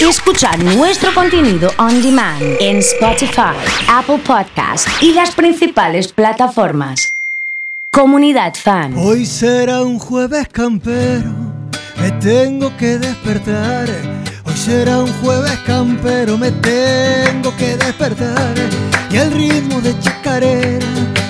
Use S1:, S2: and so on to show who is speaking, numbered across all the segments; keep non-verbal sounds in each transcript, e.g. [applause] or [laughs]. S1: Escuchar nuestro contenido on demand en Spotify, Apple Podcast y las principales plataformas. Comunidad Fan.
S2: Hoy será un jueves campero, me tengo que despertar. Hoy será un jueves campero, me tengo que despertar. Y al ritmo de chacarera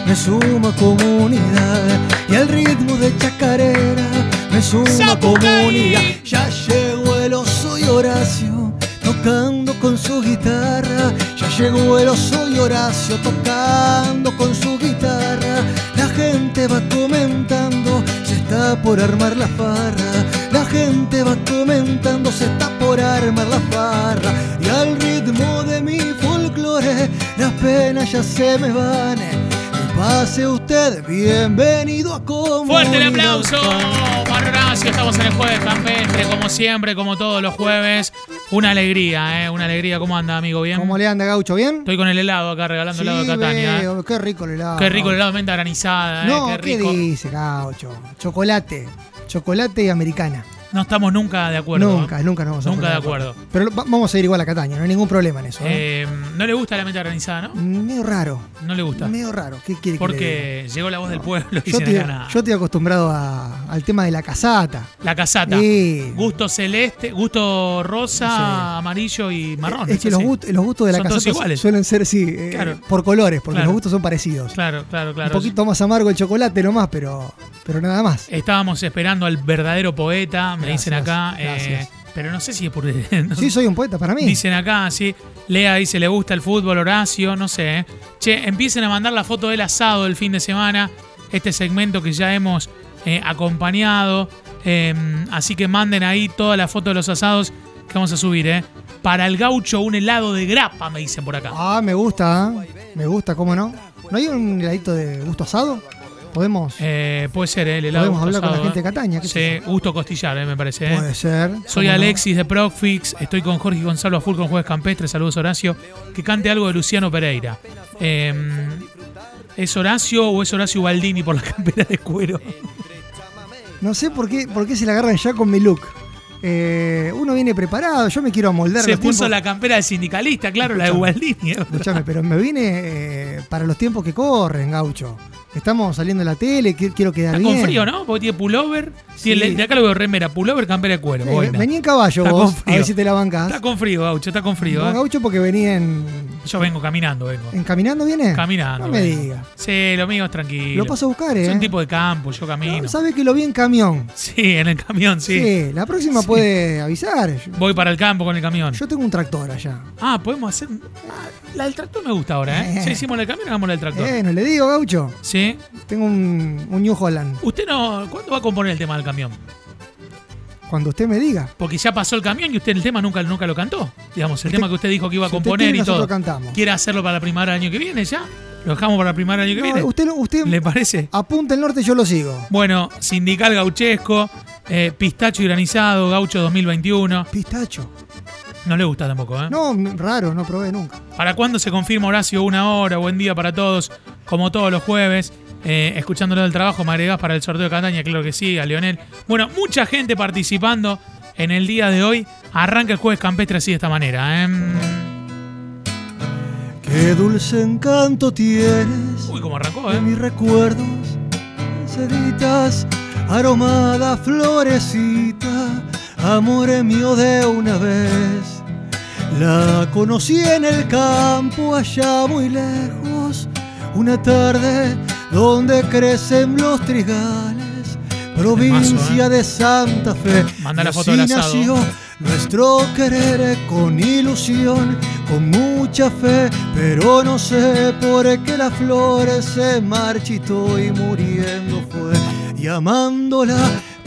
S2: me suma comunidad. Y al ritmo de chacarera me suma comunidad. Ya llegó el oso y Horacio tocando con su guitarra. Ya llegó el oso y Horacio tocando con su guitarra. La gente va comentando, se está por armar la farra. La gente va comentando, se está por armar la farra. Y al ritmo de mi folclore, las penas ya se me van. Y Pase usted, bienvenido a Comunidad
S3: Fuerte el aplauso
S2: Fan.
S3: para Horacio. Estamos en el jueves campestre, como siempre, como todos los jueves. Una alegría, ¿eh? Una alegría. ¿Cómo anda, amigo? ¿Bien?
S2: ¿Cómo le anda, Gaucho? ¿Bien?
S3: Estoy con el helado acá, regalando helado de Catania. ¿eh?
S2: veo, qué rico el helado.
S3: Qué rico el helado de menta granizada, ¿eh?
S2: No,
S3: Qué rico.
S2: dice, Gaucho? Chocolate. Chocolate y americana.
S3: No estamos nunca de acuerdo.
S2: Nunca,
S3: ¿eh?
S2: nunca nos vamos a
S3: Nunca
S2: poner
S3: de acuerdo.
S2: Pero lo- va- vamos a ir igual a Cataña, no hay ningún problema en eso. ¿eh?
S3: Eh, no le gusta la menta granizada, ¿no?
S2: medio raro.
S3: No le Eh, gusta.
S2: Medio raro. ¿Qué quiere que le diga?
S3: Porque llegó la voz del pueblo y
S2: yo
S3: se
S2: estoy,
S3: nada.
S2: yo estoy acostumbrado a- al tema de la casata.
S3: La casata.
S2: Sí.
S3: Gusto celeste, gusto rosa,
S2: Sí.
S3: amarillo y marrón.
S2: es que
S3: eso
S2: los,
S3: sí.
S2: gust- los gustos de la
S3: Son todos
S2: casata
S3: iguales.
S2: suelen ser, sí, eh,
S3: Claro.
S2: por colores, porque
S3: Claro.
S2: los gustos son parecidos.
S3: Claro, claro,
S2: Un
S3: claro.
S2: poquito más amargo el chocolate nomás, pero, pero nada más.
S3: Estábamos esperando al verdadero poeta, me dicen
S2: Gracias,
S3: acá. eh,
S2: gracias.
S3: pero no sé si es por. [laughs] no-
S2: Sí, soy un poeta para mí.
S3: Dicen acá, sí. Lea dice, le gusta el fútbol, Horacio, no sé. eh. Che, empiecen a mandar la foto del asado del fin de semana. Este segmento que ya hemos eh, acompañado. Eh, así que manden ahí toda la foto de los asados que vamos a subir, ¿eh? Para el gaucho, un helado de grapa, me dicen por acá.
S2: Ah, me gusta, ¿eh? me gusta, cómo no. ¿No hay un heladito de gusto asado? Podemos.
S3: Eh, puede ser, ¿eh? El helado
S2: Podemos
S3: gusto
S2: hablar con la
S3: asado,
S2: gente de Cataña, qué sé
S3: Sí, gusto costillar, eh, me parece. eh.
S2: Puede ser.
S3: Soy
S2: cómo no.
S3: Alexis de Procfix, estoy con Jorge Gonzalo Azul con Jueves Campestre, saludos Horacio, que cante algo de Luciano Pereira. Eh, ¿Es Horacio o es Horacio Baldini por la campera
S2: [laughs]
S3: de cuero?
S2: No sé por qué, por qué se la agarran ya con mi look. Eh, uno viene preparado, yo me quiero amoldar a
S3: Se
S2: los
S3: puso
S2: tiempos.
S3: la campera de sindicalista, claro, la de Baldini. eh.
S2: [laughs] Escuchame, pero me vine eh, para los tiempos que corren, gaucho. Estamos saliendo en la tele, qui- quiero quedar
S3: Está
S2: bien. Eh,
S3: con frío, ¿no? Porque tiene pullover.
S2: Sí.
S3: tiene- de acá lo veo remera, pullover, campera de cuero.
S2: Eh,
S3: boina.
S2: vení en caballo
S3: Está
S2: vos,
S3: con
S2: a
S3: frío.
S2: ver si te la bancás.
S3: Está con frío, Gaucho, está con frío.
S2: No,
S3: eh.
S2: gaucho porque venía en,
S3: Yo vengo caminando, vengo.
S2: en caminando, ¿viene?
S3: Caminando.
S2: No me
S3: vengo.
S2: diga.
S3: Sí, lo mío es tranquilo.
S2: Lo paso a buscar,
S3: Soy
S2: ¿eh?
S3: un tipo de campo, yo camino.
S2: No, Sabe que lo vi en camión.
S3: Sí, en el camión,
S2: Sí,
S3: sí.
S2: la próxima puede avisar. Yo-
S3: Voy para el campo con el camión.
S2: Yo tengo un tractor allá.
S3: Ah, podemos hacer. Ah, La del tractor me gusta ahora,
S2: [laughs]
S3: ¿eh?
S2: Eh.
S3: Ya hicimos la del camión, hagamos la del tractor.
S2: Eh, no le digo, gaucho.
S3: Sí.
S2: Tengo un, un New Holland.
S3: Usted no. ¿Cuándo va a componer el tema del camión?
S2: Cuando usted me diga.
S3: Porque ya pasó el camión y usted el tema nunca, nunca lo cantó. Digamos, el
S2: Usted-
S3: tema que usted dijo que iba a
S2: si usted
S3: componer
S2: quiere,
S3: y todo.
S2: nosotros cantamos.
S3: ¿Quiere hacerlo para la primavera del año que viene ya? ¿Lo dejamos para la primavera del año que
S2: No,
S3: viene?
S2: usted lo- usted
S3: ¿Le parece?
S2: apunta el norte, yo lo sigo.
S3: Bueno, Sindical Gauchesco, eh, Pistacho y Granizado, Gaucho 2021.
S2: Pistacho.
S3: No le gusta tampoco, ¿eh?
S2: No, m- raro, no probé nunca.
S3: ¿Para cuándo se confirma Horacio una hora? Buen día para todos, como todos los jueves. Eh, escuchándolo del trabajo, me agregás para el sorteo de Cataña, claro que sí, a Leonel. Bueno, mucha gente participando en el día de hoy. Arranca el jueves campestre así de esta manera. ¿eh?
S2: Qué dulce encanto tienes
S3: Uy, cómo arrancó,
S2: de
S3: ¿eh?
S2: mis recuerdos. Ceritas, aromada florecita, amor mío de una vez. La conocí en el campo allá muy lejos, una tarde donde crecen los trigales, provincia de Santa Fe.
S3: Manda la
S2: Y
S3: foto del
S2: así
S3: asado.
S2: nació Nuestro querer con ilusión, con mucha fe, pero no sé por qué la flor se marchitó y muriendo fue. Y amándola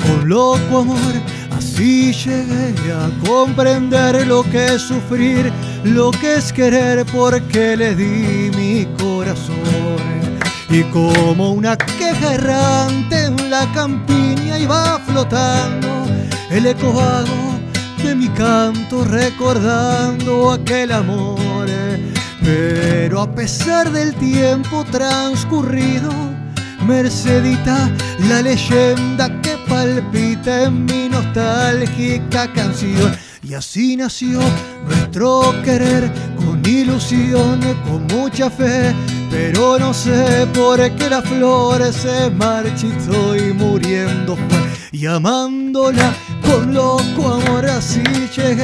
S2: con loco amor, así llegué a comprender lo que es sufrir, lo que es querer, porque le di mi corazón. Y como una queja errante en la campiña iba flotando el eco vago de mi canto recordando aquel amor. Pero a pesar del tiempo transcurrido, Mercedita, la leyenda que palpita en mi nostálgica canción. Y así nació nuestro querer con ilusiones, con mucha fe. Pero no sé por qué las flores se marchitó y muriendo fue. Y amándola con loco amor así llegué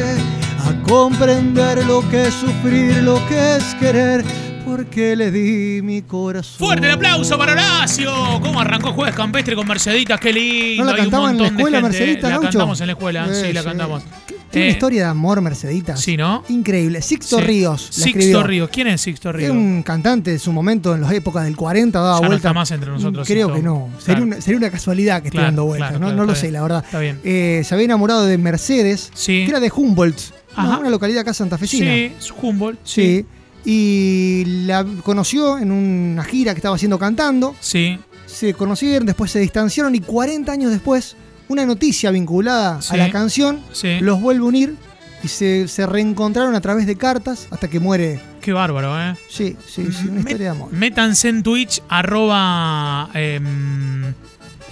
S2: a comprender lo que es sufrir, lo que es querer. Porque le di mi corazón.
S3: Fuerte el aplauso para Horacio. ¿Cómo arrancó Jueves Campestre con Merceditas? Qué lindo.
S4: ¿No la
S3: Hay un
S4: cantaban en la
S3: montón de
S4: escuela,
S3: gente. ¿eh?
S4: Merceditas,
S3: La
S4: Gaucho?
S3: cantamos en la escuela, sí,
S4: Eh,
S3: la
S4: sí.
S3: cantamos.
S4: Tiene
S3: Eh,
S4: una historia de amor, Merceditas.
S3: Sí, ¿no?
S4: Increíble. Sixto
S3: Sí.
S4: Ríos. la
S3: Sixto
S4: escribió.
S3: Ríos. ¿Quién es Sixto
S4: Era
S3: Ríos?
S4: un cantante de su momento, en las épocas del 40, daba
S3: Ya no
S4: vuelta.
S3: está más entre nosotros,
S4: Creo
S3: Sixto.
S4: que no. Sería,
S3: Claro.
S4: una, sería una casualidad que esté
S3: Claro,
S4: dando vueltas.
S3: claro,
S4: ¿no?
S3: claro,
S4: No lo
S3: está
S4: sé,
S3: bien.
S4: la verdad.
S3: Está bien.
S4: Eh, se había enamorado de Mercedes,
S3: Sí.
S4: que era de Humboldt, una-
S3: Ajá.
S4: una localidad acá santafesina.
S3: Sí, es Humboldt.
S4: Sí. Y la conoció en una gira que estaba haciendo cantando.
S3: Sí.
S4: Se conocieron, después se distanciaron y 40 años después, una noticia vinculada
S3: Sí.
S4: a la canción
S3: Sí.
S4: los vuelve a unir y se, se reencontraron a través de cartas hasta que muere.
S3: Qué bárbaro, ¿eh?
S4: Sí, sí, sí, una
S3: Me-
S4: historia de amor.
S3: Métanse en Twitch, arroba, em,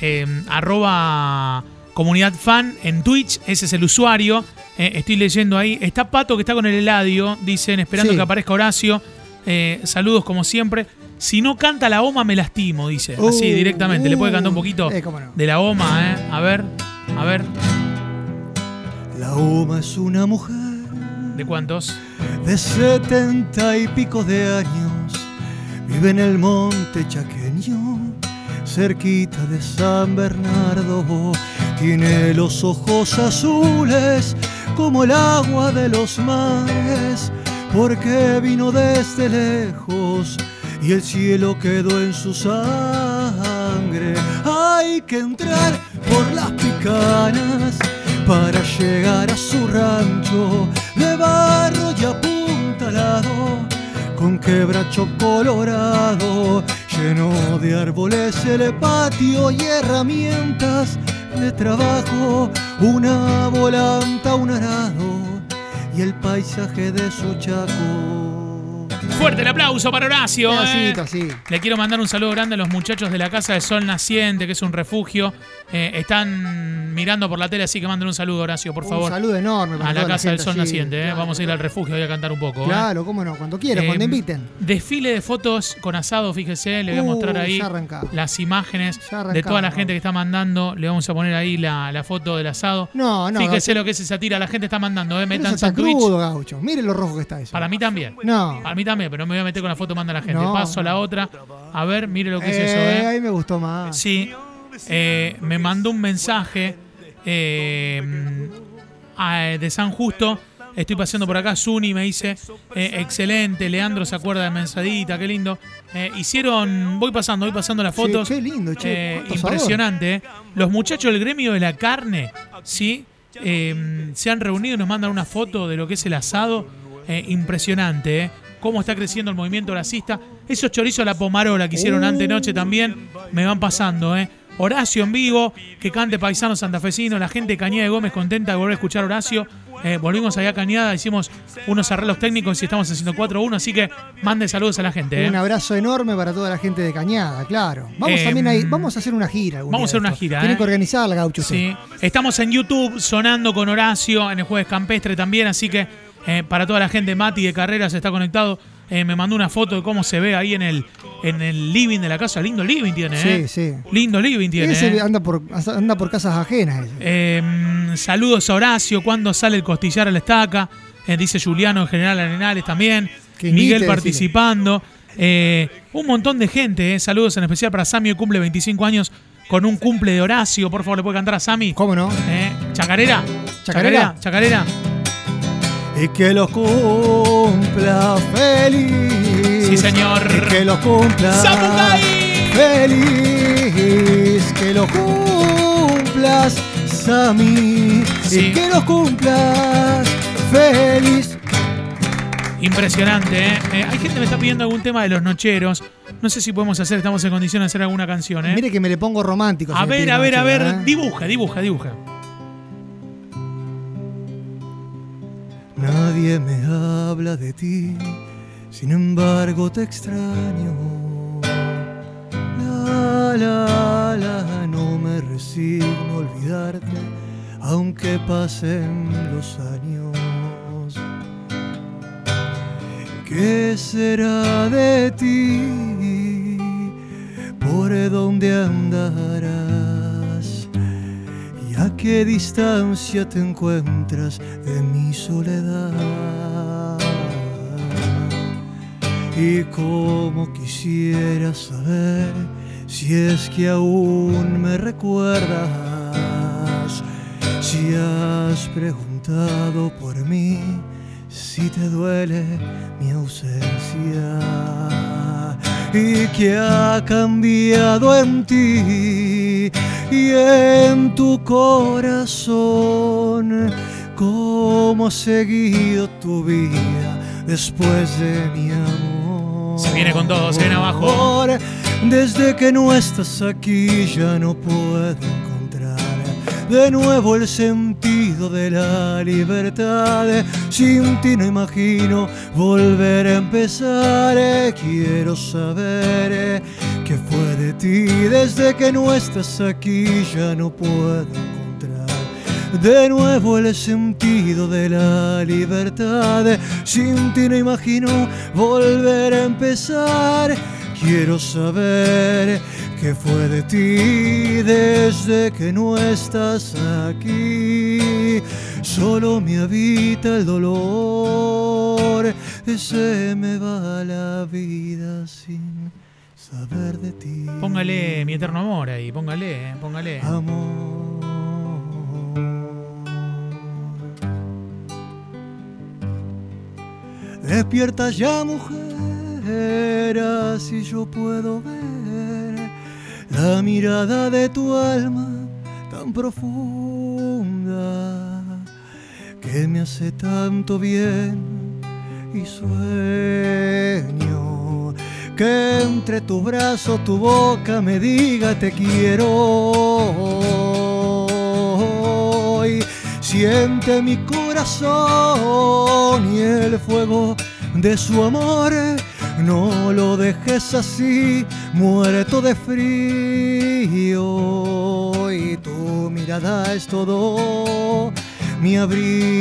S3: em, arroba comunidad fan en Twitch, ese es el usuario. Eh, estoy leyendo ahí. Está Pato que está con el heladio, dicen, esperando
S4: Sí.
S3: que aparezca Horacio. Eh, saludos como siempre. Si no canta la OMA, me lastimo, dice. Así
S4: Uh,
S3: directamente. ¿Le puede cantar un poquito
S4: eh, cómo no.
S3: de la OMA, eh? A ver, a ver,
S2: La UMA es una mujer
S3: ¿de cuántos?
S2: de setenta y pico de años. Vive en el monte chaqueño, cerquita de San Bernardo. Tiene los ojos azules como el agua de los mares, porque vino desde lejos y el cielo quedó en su sangre. Hay que entrar por las picanas para llegar a su rancho de barro y apuntalado con quebracho colorado lleno de árboles el patio y herramientas de trabajo una volanta un arado y el paisaje de su chaco
S3: Fuerte el aplauso para Horacio. eh.
S4: Pedacito, sí.
S3: Le quiero mandar un saludo grande a los muchachos de la Casa de Sol Naciente, que es un refugio. Eh, están mirando por la tele, así que manden un saludo, Horacio, por
S4: Un
S3: favor.
S4: saludo enorme para
S3: a la
S4: toda
S3: Casa del
S4: gente
S3: Sol
S4: allí.
S3: Naciente. eh.
S4: Claro,
S3: Vamos a ir al refugio y a cantar un poco. eh.
S4: Claro, cómo no, cuando quieran,
S3: Eh,
S4: cuando inviten.
S3: Desfile de fotos con asado, fíjese. Le voy a
S4: Uh,
S3: mostrar ahí
S4: ya arrancamos.
S3: las imágenes
S4: Ya arrancamos.
S3: de toda la gente que está mandando. Le vamos a poner ahí la, la foto del asado.
S4: No, no,
S3: fíjese lo que es esa tira. La gente está mandando, ¿eh?
S4: Pero eso
S3: Métanse
S4: está
S3: en Twitch.
S4: crudo, gaucho. Miren lo rojo que está eso.
S3: Para mí también.
S4: No.
S3: Para mí también, pero me voy a meter con la foto, manda la gente.
S4: No.
S3: Paso a la otra. A ver, mire lo que es eso,
S4: Eh,
S3: ¿eh?
S4: Ahí me gustó más.
S3: Sí. Eh, me mandó un mensaje eh, mm, a- de San Justo. Estoy paseando por acá. Zuni me dice: eh, Excelente, Leandro se acuerda de Mensadita, qué lindo. Eh, hicieron. Voy pasando, voy pasando las
S4: Che,
S3: fotos.
S4: qué lindo, che,
S3: Eh,
S4: cuánto sabor.
S3: impresionante. eh. Los muchachos del gremio de la carne, ¿sí? Eh, se han reunido y nos mandan una foto de lo que es el asado. Eh, impresionante, ¿eh? Cómo está creciendo el movimiento racista. Esos chorizos a la pomarola que hicieron ante noche también me van pasando, ¿eh? Horacio en vivo, que cante paisano santafesino, la gente de Cañada de Gómez contenta de volver a escuchar a Horacio. Eh, volvimos allá a Cañada, hicimos unos arreglos técnicos y estamos haciendo 4-1, así que mande saludos a la gente. ¿eh?
S4: Un abrazo enorme para toda la gente de Cañada, claro. Vamos
S3: Eh,
S4: también ahí, vamos a hacer una gira. algún
S3: vamos
S4: día
S3: a hacer
S4: de
S3: una
S4: esto.
S3: gira,
S4: Tienen
S3: eh.
S4: que organizarla, gaucho. usted.
S3: Sí. Estamos en YouTube sonando con Horacio en el jueves campestre también, así que eh, para toda la gente, Mati de Carreras está conectado. Eh, me mandó una foto de cómo se ve ahí en el, en el living de la casa. Lindo living tiene, ¿eh?
S4: Sí, sí.
S3: Lindo living tiene.
S4: Ese
S3: ¿eh?
S4: anda por, anda por casas ajenas. ese.
S3: Eh, mm, saludos a Horacio, cuando sale el costillar a la estaca, Eh, dice Juliano en general Arenales también,
S4: Que invite,
S3: Miguel
S4: decile.
S3: participando, Eh, un montón de gente, eh. saludos en especial para Sammy, que cumple 25 años con un cumple de Horacio, por favor le puede cantar a Sammy.
S4: ¿Cómo no?
S3: Eh, Chacarera.
S4: Chacarera.
S3: Chacarera. Chacarera.
S2: y que lo cumpla feliz
S3: Sí, señor.
S2: Y que lo cumpla
S3: ¡Samurai!
S2: feliz, que lo cumplas, Sammy,
S3: Sí.
S2: y que lo cumplas feliz.
S3: Impresionante, ¿eh? Eh, Hay gente que me está pidiendo algún tema de los nocheros. No sé si podemos hacer, estamos en condiciones de hacer alguna canción, ¿eh?
S4: Mire que me le pongo romántico.
S3: a
S4: si me
S3: ver,
S4: pide
S3: a ver, a
S4: noche,
S3: ver.
S4: ¿verdad?
S3: Dibuja, dibuja, dibuja.
S2: Nadie me habla de ti, sin embargo te extraño. La, la, la, no me resigno a olvidarte, aunque pasen los años. ¿Qué será de ti? ¿Por dónde andarás? ¿Y a qué distancia te encuentras de mi soledad? Y como quisiera saber si es que aún me recuerdas, si has preguntado por mí, si te duele mi ausencia y que ha cambiado en ti y en tu corazón, cómo ha seguido tu vida después de mi amor.
S3: Se viene con todo, se viene abajo.
S2: Desde que no estás aquí ya no puedo encontrar de nuevo el sentido de la libertad. Sin ti no imagino volver a empezar. Quiero saber qué fue de ti desde que no estás aquí ya no puedo encontrar de nuevo el sentido de la libertad. Sin ti no imagino volver a empezar. Quiero saber qué fue de ti desde que no estás aquí. Solo me habita el dolor. Se me va la vida sin saber de ti.
S3: Póngale mi eterno amor ahí, póngale, eh, póngale.
S2: Amor. Despierta ya mujer, así yo puedo ver la mirada de tu alma tan profunda que me hace tanto bien y sueño que entre tu brazo, tu boca me diga te quiero. Y siente mi corazón y el fuego de su amor. No lo dejes así, muerto de frío. Y tu mirada es todo mi abrigo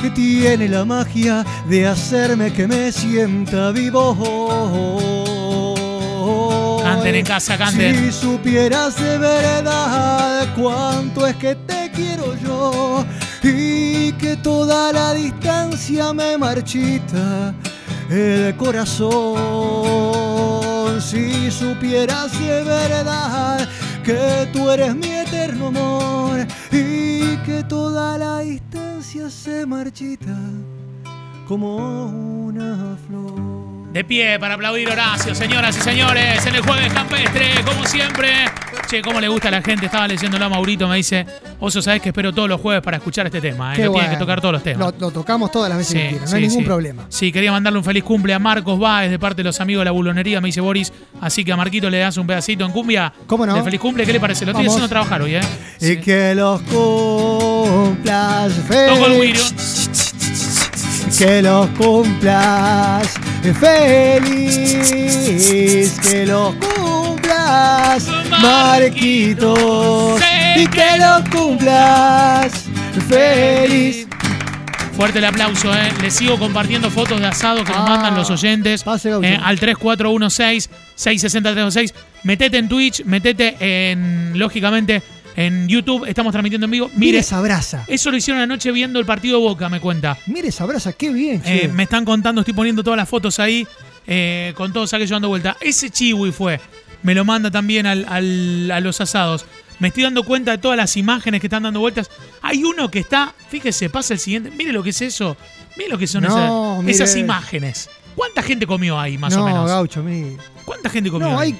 S2: que tiene la magia de hacerme que me sienta vivo.
S3: Canten en casa, canten.
S2: Si supieras de verdad cuánto es que te quiero yo y que toda la distancia me marchita el corazón. Si supieras de verdad que tú eres mi eterno amor y que toda la distancia se marchita como una flor.
S3: De pie para aplaudir Horacio, señoras y señores, en el jueves campestre, como siempre. Che, cómo le gusta a la gente. Estaba leyéndolo a Maurito, me dice, Oso, sabes que espero todos los jueves para escuchar este tema. ¿eh?
S4: Qué
S3: Lo tienen
S4: bueno.
S3: que tocar todos los temas.
S4: Lo, lo tocamos todas las veces
S3: Sí,
S4: que quieran, no
S3: sí,
S4: hay ningún
S3: sí.
S4: problema.
S3: Sí, quería mandarle un feliz cumple a Marcos Báez de parte de los amigos de la bulonería, me dice Boris. Así que a Marquito le das un pedacito en cumbia.
S4: ¿Cómo no?
S3: De feliz cumple, ¿qué le parece? Lo estoy
S4: Vamos.
S3: haciendo trabajar hoy, ¿eh?
S2: Y que los cumplas
S3: Toco el guiro.
S2: feliz. Que los cumplas feliz. Que los cumplas, Marquitos. Y que los cumplas feliz.
S3: Fuerte el aplauso, ¿eh? Le sigo compartiendo fotos de asado que nos
S4: Ah,
S3: mandan los oyentes.
S4: pase, Gaucho.
S3: eh, al 3416-660-326. Metete en Twitch, metete en, lógicamente, en YouTube. Estamos transmitiendo en vivo.
S4: Mire
S3: Mire,
S4: esa brasa.
S3: eso lo hicieron anoche viendo el partido de Boca, me cuenta.
S4: Mire esa brasa, qué bien.
S3: Eh,
S4: che.
S3: me están contando, estoy poniendo todas las fotos ahí, eh, con todos aquellos dando vuelta. Ese chiwi fue, me lo manda también al- al- a los asados. Me estoy dando cuenta de todas las imágenes que están dando vueltas. Hay uno que está, fíjese, pasa el siguiente. Mire lo que es eso. Mire lo que son
S4: No,
S3: esas-
S4: mire.
S3: esas, imágenes. ¿Cuánta gente comió ahí, más
S4: no,
S3: o menos?
S4: gaucho, mire.
S3: ¿Cuánta gente comió?
S4: No,
S3: ahí?
S4: hay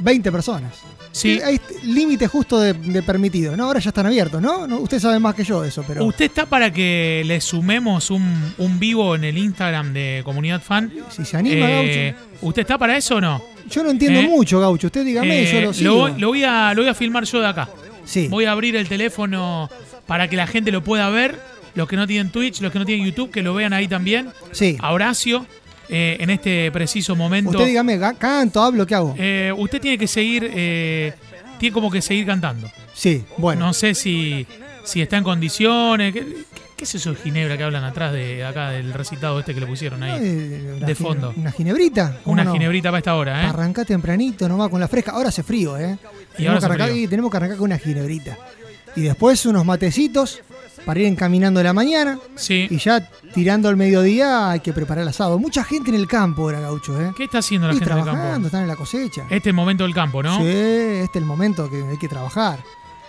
S4: 20 personas.
S3: Sí.
S4: Hay límite justo de, de permitido, ¿no? Ahora ya están abiertos, ¿no? No, Usted sabe más que yo de eso, pero.
S3: ¿Usted está para que le sumemos un, un vivo en el Instagram de Comunidad Fan?
S4: si se anima,
S3: Eh, ¿Usted está para eso o no?
S4: Gaucho. Yo no entiendo
S3: eh,
S4: mucho, Gaucho. Usted dígame,
S3: Eh,
S4: yo lo
S3: lo,
S4: sigo.
S3: voy- lo voy a, lo voy a filmar yo de acá.
S4: sí.
S3: Voy a abrir el teléfono para que la gente lo pueda ver. Los que no tienen Twitch, los que no tienen YouTube, que lo vean ahí también.
S4: sí.
S3: A Horacio, eh, en este preciso momento.
S4: Usted dígame, ga- canto, hablo, ¿qué hago?
S3: Eh, usted tiene que seguir. eh, tiene como que seguir cantando.
S4: Sí, bueno.
S3: No sé si, si está en condiciones. ¿Qué, qué- qué es eso de Ginebra que hablan atrás de acá del recitado este que le pusieron ahí?
S4: Eh, una
S3: de
S4: gine-
S3: fondo.
S4: Una ginebrita. ¿cómo
S3: Una
S4: no?
S3: ginebrita para esta hora, ¿eh?
S4: Arrancá tempranito, nomás con la fresca. Ahora hace frío, ¿eh?
S3: Y ahora
S4: Tenemos que,
S3: hace
S4: arrancar,
S3: frío.
S4: y tenemos que arrancar con una ginebrita. Y después unos matecitos para ir encaminando la mañana.
S3: Sí.
S4: Y ya tirando al mediodía hay que preparar el asado. Mucha gente en el campo era gaucho, ¿eh?
S3: ¿Qué está haciendo la
S4: y
S3: gente del
S4: trabajando,
S3: campo?
S4: están en la cosecha.
S3: Este es el momento del campo, ¿no?
S4: Sí, este es el momento que hay que trabajar.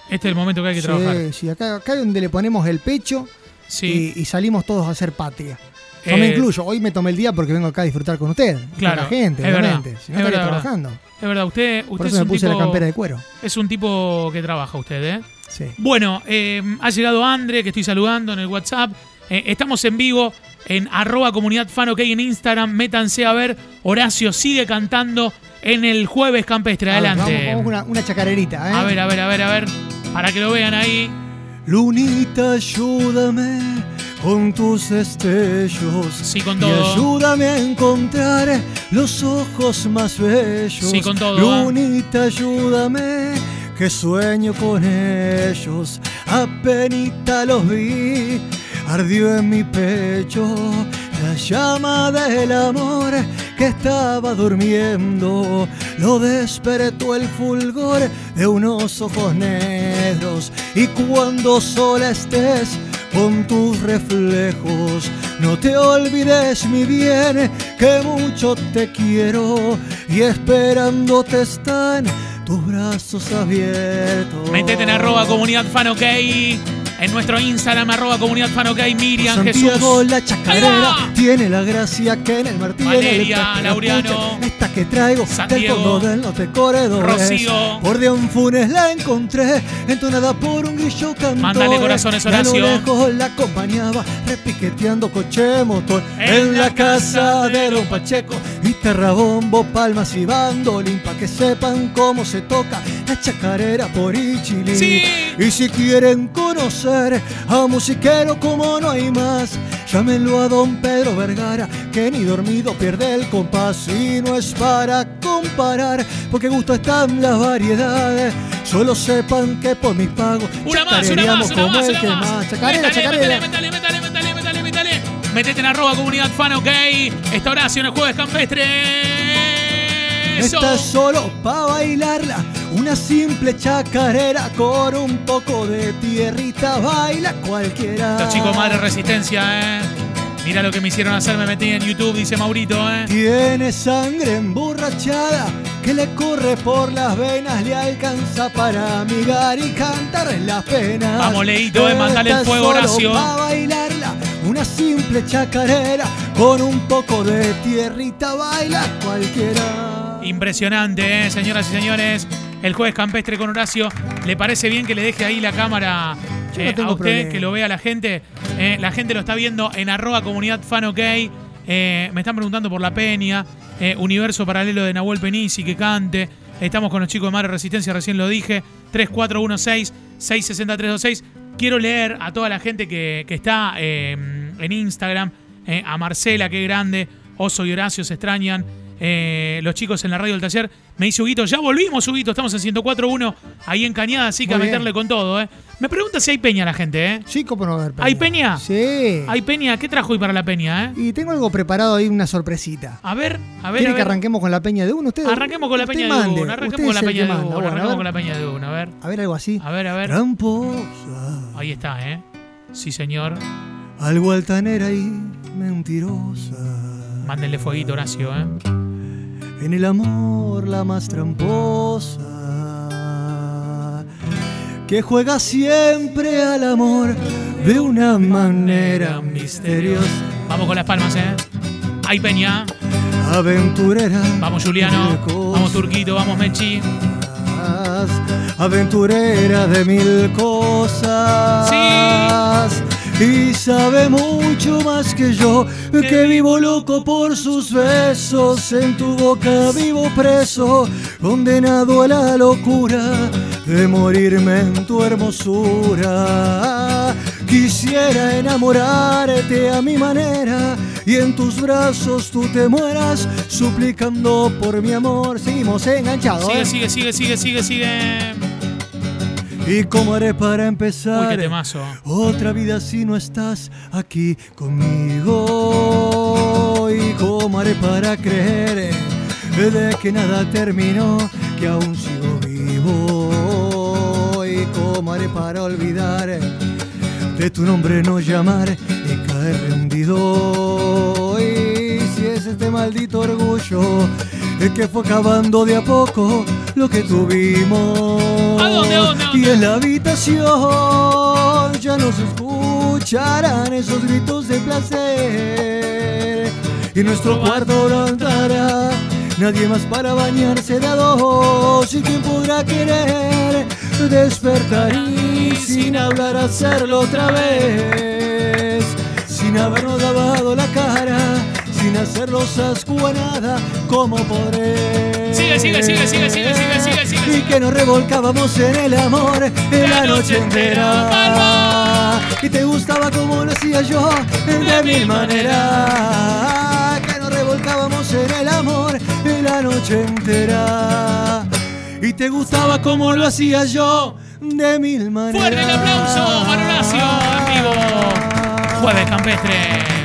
S3: Este es el momento que hay que
S4: sí,
S3: trabajar.
S4: sí, acá, acá es donde le ponemos el pecho
S3: Sí.
S4: y, y salimos todos a hacer patria. Yo
S3: Eh,
S4: me incluyo, hoy me tomé el día porque vengo acá a disfrutar con usted. y con
S3: Claro,
S4: la gente,
S3: es verdad,
S4: obviamente. Si no
S3: es
S4: estaría
S3: verdad,
S4: trabajando.
S3: Es verdad, usted,
S4: Por
S3: usted
S4: eso
S3: es
S4: me
S3: un,
S4: puse la
S3: tipo,
S4: campera de cuero.
S3: es un tipo que trabaja usted, ¿eh?
S4: Sí.
S3: Bueno, eh, ha llegado Andre, que estoy saludando en el WhatsApp. Eh, estamos en vivo en arroba comunidad fan ok en Instagram. Métanse a ver. Horacio sigue cantando en el jueves campestre.
S4: A ver,
S3: Adelante.
S4: vamos, vamos con una, una chacarerita, ¿eh?
S3: A ver, a ver, a ver, a ver. Para que lo vean ahí.
S2: Lunita, ayúdame con tus destellos.
S3: Sí, con
S2: Y
S3: todo.
S2: ayúdame a encontrar los ojos más bellos.
S3: Sí, con todo, ¿eh?
S2: Lunita, ayúdame que sueño con ellos. Apenita los vi, ardió en mi pecho la llama del amor que estaba durmiendo. Lo despertó el fulgor de unos ojos negros. Y cuando sola estés, con tus reflejos. No te olvides, mi bien, que mucho te quiero y esperándote están tus brazos
S4: Oh.
S2: abiertos.
S3: Métete en arroba comunidad fan ok. En nuestro Instagram, arroba comunidad fan ok. Miriam,
S2: Pues Santiago
S3: Jesús.
S2: la
S3: ¡Ahí
S2: chacarera
S3: va!
S2: tiene la gracia que en el Martín
S3: Valeria, Laureano.
S2: esta que traigo del
S3: Santiago.
S2: fondo de los corredores
S3: Rocío.
S2: por de un funes la encontré entonada por un grillo cantor
S3: Mándale corazones,
S2: Y a lo
S3: Horacio.
S2: lejos la acompañaba repiqueteando coche motor
S3: En
S2: en,
S3: la
S2: la,
S3: casa
S2: casa
S3: de
S2: de
S3: Don
S2: Don Pacheco y terrabombo palmas y bandolín pa' que sepan cómo se toca la chacarera por Ichilí
S3: Sí.
S2: y si quieren conocer a musiquero como no hay más, llámenlo a don Pedro Vergara, que ni dormido pierde el compás y no es para comparar, porque gusto están las variedades. Solo sepan que por mis pagos
S3: Una más, una
S2: chacareríamos
S3: más, una
S2: como
S3: más,
S2: el que
S3: una más.
S2: más. Chacarera,
S3: métale,
S2: chacarera.
S3: métale, métale, métale, métale, métale. Métete en arroba comunidad fan ok. Esta Horacio en el jueves campestre. Eso.
S2: Esta es solo para bailarla, una simple chacarera con un poco de tierrita baila cualquiera.
S3: Los chicos, madre resistencia, eh. Mira lo que me hicieron hacer, me metí en YouTube, dice Maurito, eh.
S2: Tiene sangre emborrachada que le corre por las venas, le alcanza para amigar y cantar las penas.
S3: Vamos, Leito, eh, mandale el
S2: Esta es
S3: fuego,
S2: solo
S3: Horacio.
S2: pa' bailarla, una simple chacarera con un poco de tierrita baila cualquiera.
S3: Impresionante, eh, señoras y señores. El jueves campestre con Horacio. ¿Le parece bien que le deje ahí la cámara
S4: Yo no
S3: eh, a
S4: tengo
S3: usted,
S4: problema.
S3: que lo vea la gente? Eh, la gente lo está viendo en arroba comunidad fan ok. Eh, me están preguntando por La Peña, eh, Universo Paralelo de Nahuel Penisi, que cante. Estamos con los chicos de Madre Resistencia, recién lo dije. 3416-660-326. Quiero leer a toda la gente que, que está eh, en Instagram. eh, a Marcela, qué grande. Oso y Horacio se extrañan. eh, los chicos en la radio del taller. Me dice Huguito, ya volvimos, Huguito. Estamos en 104.1 ahí en Cañada, así que a
S4: Muy bien.
S3: meterle con todo. eh. Me pregunta si hay peña la gente. eh.
S4: Sí, cómo no va a haber peña.
S3: ¿Hay peña?
S4: Sí.
S3: Ay, Peña, ¿qué trajo hoy para la Peña, eh?
S4: Y tengo algo preparado ahí, una sorpresita.
S3: A ver, a ver.
S4: ¿Quiere
S3: a
S4: que
S3: ver.
S4: arranquemos con la peña de uno? Usted,
S3: Arranquemos con la
S4: usted
S3: Peña
S4: mande,
S3: de una, arranquemos
S4: usted
S3: con la
S4: es el
S3: Peña
S4: que
S3: de
S4: manda.
S3: una,
S4: Bueno,
S3: arranquemos
S4: a,
S3: con la
S4: ver,
S3: Peña de una, a ver.
S4: a ver algo así.
S3: A ver, a ver.
S2: Tramposa,
S3: Ahí está, ¿eh? Sí, señor.
S2: algo altanera y mentirosa.
S3: Mándenle fueguito, Horacio, ¿eh?
S2: en el amor la más tramposa, que juega siempre al amor de una manera misteriosa,
S3: Vamos con las palmas, ¿eh? Ay, Peña.
S2: aventurera.
S3: Vamos, Juliano.
S2: de cosas,
S3: Vamos, Turquito. Vamos, Mechi.
S2: Aventurera de mil cosas. Y sabe mucho más que yo, que vivo loco por sus besos. En tu boca vivo preso, condenado a la locura de morirme en tu hermosura. Quisiera enamorarte a mi manera y en tus brazos tú te mueras, suplicando por mi amor.
S4: Seguimos enganchados.
S3: Sigue,
S4: ¿eh?
S3: sigue, sigue, sigue, sigue, sigue.
S2: ¿Y cómo haré para empezar?
S3: Uy, qué temazo.
S2: Otra vida si no estás aquí conmigo. ¿Y cómo haré para creer de que nada terminó, que aún sigo vivo? ¿Y cómo haré para olvidar de tu nombre no llamar y caer rendido? ¿Y si es este maldito orgullo que fue acabando de a poco lo que tuvimos?
S3: ¿A dónde, a dónde, a dónde?
S2: Y en la habitación ya no se escucharán esos gritos de placer. Y nuestro cuarto no andará nadie más para bañarse de a dos. Y quien podrá querer despertar y sin hablar hacerlo otra vez. Sin habernos lavado la cara, sin hacernos ascuanada, ¿cómo podré?
S3: Sigue, sigue, sigue, sigue, sigue, sigue, sigue, sigue,
S2: Y
S3: sigue.
S2: que nos revolcábamos en el amor en la noche entera. Y te gustaba como lo hacía yo, de mil maneras. Que nos revolcábamos en el amor en la noche entera. Y te gustaba como lo hacía yo, de mil maneras.
S3: Fuerte el aplauso para Horacio en vivo. Jueves Campestre.